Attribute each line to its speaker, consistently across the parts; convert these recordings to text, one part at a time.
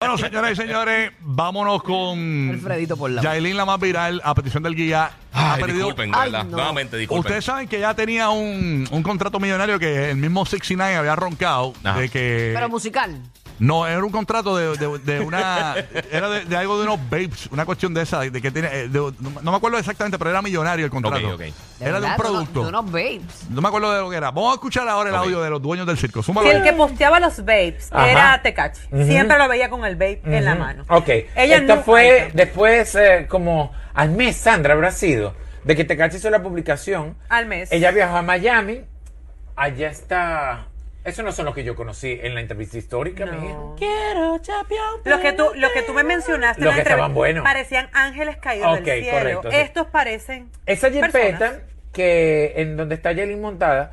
Speaker 1: Bueno, señoras y señores, vámonos con
Speaker 2: Alfredito por la-
Speaker 1: Yailin, la más viral, a petición del guía. Ha
Speaker 3: Ay,
Speaker 1: perdido-
Speaker 3: disculpen, de
Speaker 2: Ay,
Speaker 3: verdad.
Speaker 2: no.
Speaker 3: Nuevamente, disculpen.
Speaker 1: Ustedes saben que ya tenía un, un contrato millonario que el mismo 69 había roncado
Speaker 3: Ajá.
Speaker 1: de que
Speaker 2: Pero musical.
Speaker 1: no era un contrato de, de- de una era de, de algo de unos babes, una cuestión de esa, de, que tiene, eh, de- no, no me acuerdo exactamente, pero era millonario el contrato.
Speaker 3: Ok, ok.
Speaker 2: De
Speaker 1: Era de un
Speaker 2: verdad,
Speaker 1: producto.
Speaker 2: De unos, de unos babes.
Speaker 1: No me acuerdo de lo que era. Vamos a escuchar ahora el
Speaker 3: Ok.
Speaker 1: audio de los dueños del circo. Súmalo
Speaker 4: Si el
Speaker 1: ahí.
Speaker 4: que posteaba los vapes
Speaker 5: Ajá.
Speaker 4: era Tecachi. Siempre lo veía con el vape en la mano.
Speaker 5: Ok.
Speaker 4: Ella
Speaker 5: Esto
Speaker 4: nunca-
Speaker 5: fue
Speaker 4: Ahí está.
Speaker 5: después, eh, como al mes, Sandra habrá sido, de que Tecachi hizo la publicación.
Speaker 4: Al mes.
Speaker 5: Ella viajó a Miami. Allá está. Esos no son los que yo conocí en la entrevista histórica,
Speaker 4: No.
Speaker 5: mi hija. Quiero chapeón.
Speaker 4: Los que, tú, los que tú me mencionaste en
Speaker 5: Los
Speaker 4: la
Speaker 5: que
Speaker 4: entrevista
Speaker 5: estaban buenos.
Speaker 4: parecían ángeles caídos
Speaker 5: Ok,
Speaker 4: del cielo.
Speaker 5: correcto, sí.
Speaker 4: Estos parecen
Speaker 5: Esa
Speaker 4: personas.
Speaker 5: jipeta que en donde está Yelin montada,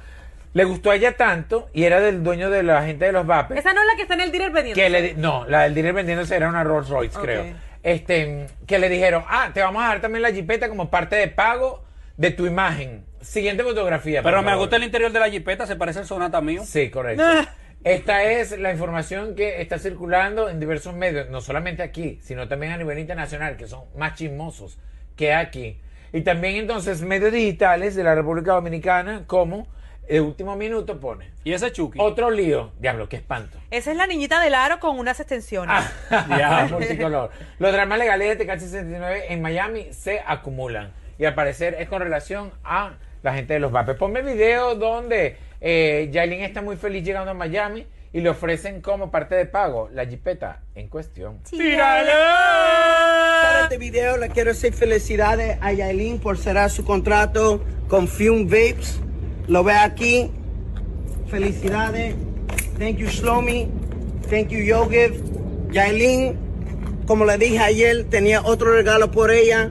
Speaker 5: le gustó a ella tanto y era del dueño de la gente de los vapes.
Speaker 4: Esa no es la que está en el dealer vendiendo.
Speaker 5: que le di- no, la del dinero vendiéndose era una Rolls Royce,
Speaker 4: Ok.
Speaker 5: creo. Este, que le dijeron, ah, te vamos a dar también la jipeta como parte de pago de tu imagen. Siguiente fotografía. por
Speaker 6: Pero me
Speaker 5: favor.
Speaker 6: gusta el Ah. interior de la jipeta, se parece al Sonata mío.
Speaker 5: Sí, correcto. Esta es la información que está circulando en diversos medios, no solamente aquí, sino también a nivel internacional, que son más chismosos que aquí. Y también entonces medios digitales de la República Dominicana, como el último minuto pone.
Speaker 6: Y ese Chucky.
Speaker 5: Otro lío. Diablo, qué espanto.
Speaker 4: Esa es la niñita del aro con unas extensiones.
Speaker 5: Ah, multicolor. Los dramas legales de Tecachi 69 en Miami se acumulan. Y al parecer es con relación a la gente de los vapes. Ponme video donde eh, Yailin está muy feliz llegando a Miami y le ofrecen como parte de pago la jipeta en cuestión.
Speaker 7: Para este video le quiero decir felicidades a Yailin por cerrar su contrato con Fume Vapes. Lo ve aquí. Felicidades. Thank you Shlomi. Thank you Yogev. Yailin, como le dije ayer, tenía otro regalo por ella.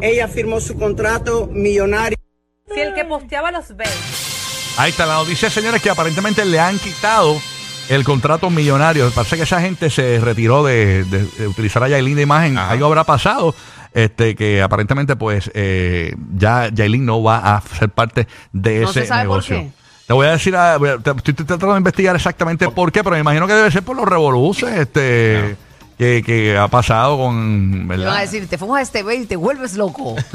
Speaker 7: Ella firmó su contrato millonario.
Speaker 4: Si el que posteaba los vapes.
Speaker 1: Ahí está la noticia, señores, que aparentemente le han quitado el contrato millonario. Parece que esa gente se retiró de, de- de utilizar a Yailin de imagen.
Speaker 3: Ajá.
Speaker 1: Algo habrá pasado. Este, que aparentemente, pues, eh, ya Yailin no va a ser parte de
Speaker 2: No
Speaker 1: ese
Speaker 2: se sabe por
Speaker 1: negocio.
Speaker 2: qué.
Speaker 1: Te voy a decir, a- voy a- te- estoy tratando de investigar exactamente por qué, pero me imagino que debe ser por los revoluces este, que, que ha pasado con.
Speaker 2: Le van
Speaker 1: ¿verdad?
Speaker 2: a decir, te fumas a este vape y te vuelves loco.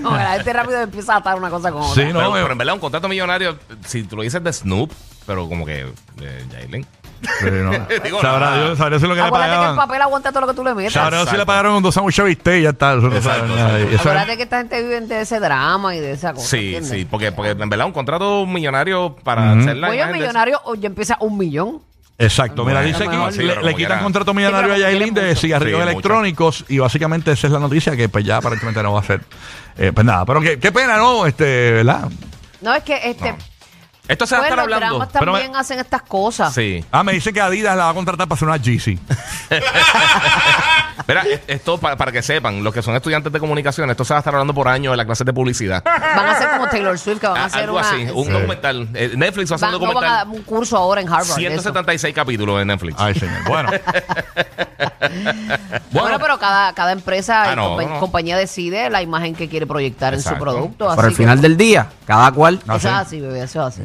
Speaker 2: no, la gente rápido empieza a atar una cosa con otra.
Speaker 1: Sí, no, eh.
Speaker 3: pero,
Speaker 1: me-
Speaker 3: pero en verdad, un contrato millonario, si tú lo dices de Snoop, pero como que eh, Jalen.
Speaker 1: sí, no.
Speaker 3: Digo,
Speaker 1: sabrá
Speaker 3: nada.
Speaker 1: Dios, sabrá si lo que le
Speaker 2: Acuérdate que el
Speaker 1: pagaban.
Speaker 2: papel aguanta todo lo que tú le metas.
Speaker 1: Sabrá Dios si le
Speaker 3: Exacto.
Speaker 1: pagaron un dos sándwiches de bistec y ya está. Eso no
Speaker 3: Exacto,
Speaker 1: sabe nadie.
Speaker 3: exacto.
Speaker 1: Eso es-
Speaker 2: Acuérdate que esta gente vive de ese drama y de esa cosa.
Speaker 3: Sí,
Speaker 2: ¿entiendes? Pues
Speaker 3: sí, porque, porque en verdad un contrato millonario para hacer la
Speaker 2: Pollo
Speaker 3: imagen de-
Speaker 2: millonario o ya empieza un millón.
Speaker 1: Exacto, mira,
Speaker 3: Bueno,
Speaker 1: dice
Speaker 2: mejor.
Speaker 1: aquí,
Speaker 2: Sí,
Speaker 1: le,
Speaker 3: pero
Speaker 1: le
Speaker 3: como
Speaker 1: quitan
Speaker 3: quiera.
Speaker 1: contrato millonario
Speaker 2: Sí,
Speaker 1: a
Speaker 2: pero como
Speaker 1: Yailin
Speaker 2: quiera
Speaker 1: de
Speaker 2: mucho.
Speaker 1: cigarrillos
Speaker 3: Sí, mucho.
Speaker 1: electrónicos y básicamente esa es la noticia que pues ya aparentemente no va a ser. Eh, pues nada, pero qué, qué pena, ¿no? Este, ¿verdad?
Speaker 2: No, es que este.
Speaker 3: No. Esto se va a
Speaker 2: bueno, los
Speaker 3: estar hablando.
Speaker 2: dramas
Speaker 1: pero me-
Speaker 2: también hacen estas cosas.
Speaker 3: Sí.
Speaker 1: Ah, me dicen que Adidas la va a contratar para hacer una GC.
Speaker 3: Mira, es- esto pa- para que sepan, los que son estudiantes de comunicación, esto se va a estar hablando por años en las clases de publicidad.
Speaker 2: Van a ser como Taylor Swift, que van a
Speaker 3: Ah,
Speaker 2: hacer
Speaker 3: Algo
Speaker 2: una.
Speaker 3: así, un
Speaker 2: sí.
Speaker 3: documental. Eh, Netflix va a hacer
Speaker 2: Van-
Speaker 3: un
Speaker 2: no van a dar
Speaker 3: documental.
Speaker 2: un curso ahora en Harvard. de eso.
Speaker 3: 176 capítulos de Netflix.
Speaker 1: Ay, señor. Bueno.
Speaker 2: Bueno, pero cada, cada empresa
Speaker 3: Ah,
Speaker 2: y
Speaker 3: no,
Speaker 2: compa-
Speaker 3: no.
Speaker 2: compañía decide la imagen que quiere proyectar en
Speaker 3: Exacto.
Speaker 2: su producto.
Speaker 8: Pero al
Speaker 2: así que-
Speaker 8: final del día, cada cual
Speaker 1: No
Speaker 2: Eso
Speaker 1: sé.
Speaker 2: es así, bebé, eso es así.